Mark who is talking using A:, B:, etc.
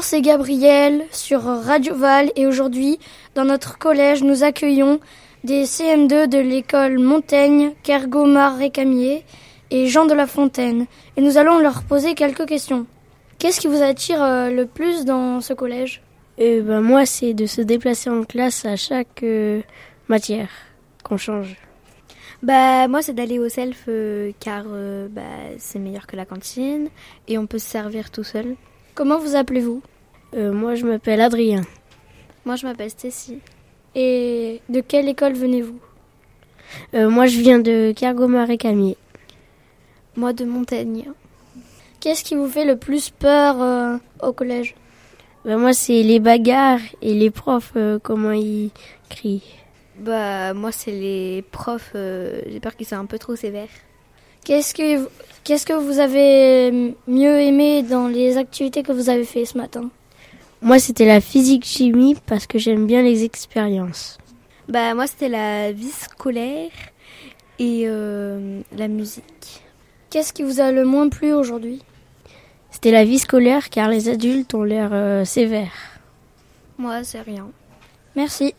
A: c'est Gabriel sur Radio Val et aujourd'hui, dans notre collège, nous accueillons des CM2 de l'école Montaigne, Kergomar et Camier et Jean de la Fontaine. Et nous allons leur poser quelques questions. Qu'est-ce qui vous attire euh, le plus dans ce collège
B: Eh ben, moi, c'est de se déplacer en classe à chaque euh, matière qu'on change.
C: Bah moi c'est d'aller au self euh, car euh, bah, c'est meilleur que la cantine et on peut se servir tout seul.
A: Comment vous appelez-vous
B: Euh, moi, je m'appelle Adrien.
C: Moi je m'appelle Stacy.
A: Et de quelle école venez-vous
B: Euh, moi, je viens de Kergomar et Camier.
C: Moi de Montaigne.
A: Qu'est-ce qui vous fait le plus peur euh, au collège
B: Ben, moi, c'est les bagarres et les profs, euh, comment ils crient.
C: Bah moi c'est les profs, euh, j'ai peur qu'ils soient un peu trop sévères.
A: Qu'est-ce que qu'est-ce que vous avez euh, mieux aimé dans les activités que vous avez fait ce matin
B: Moi, c'était la physique-chimie parce que j'aime bien les expériences.
C: Bah moi c'était la vie scolaire et euh, la musique.
A: Qu'est-ce qui vous a le moins plu aujourd'hui
B: C'était la vie scolaire car les adultes ont l'air euh, sévères.
C: Moi c'est rien.
A: Merci.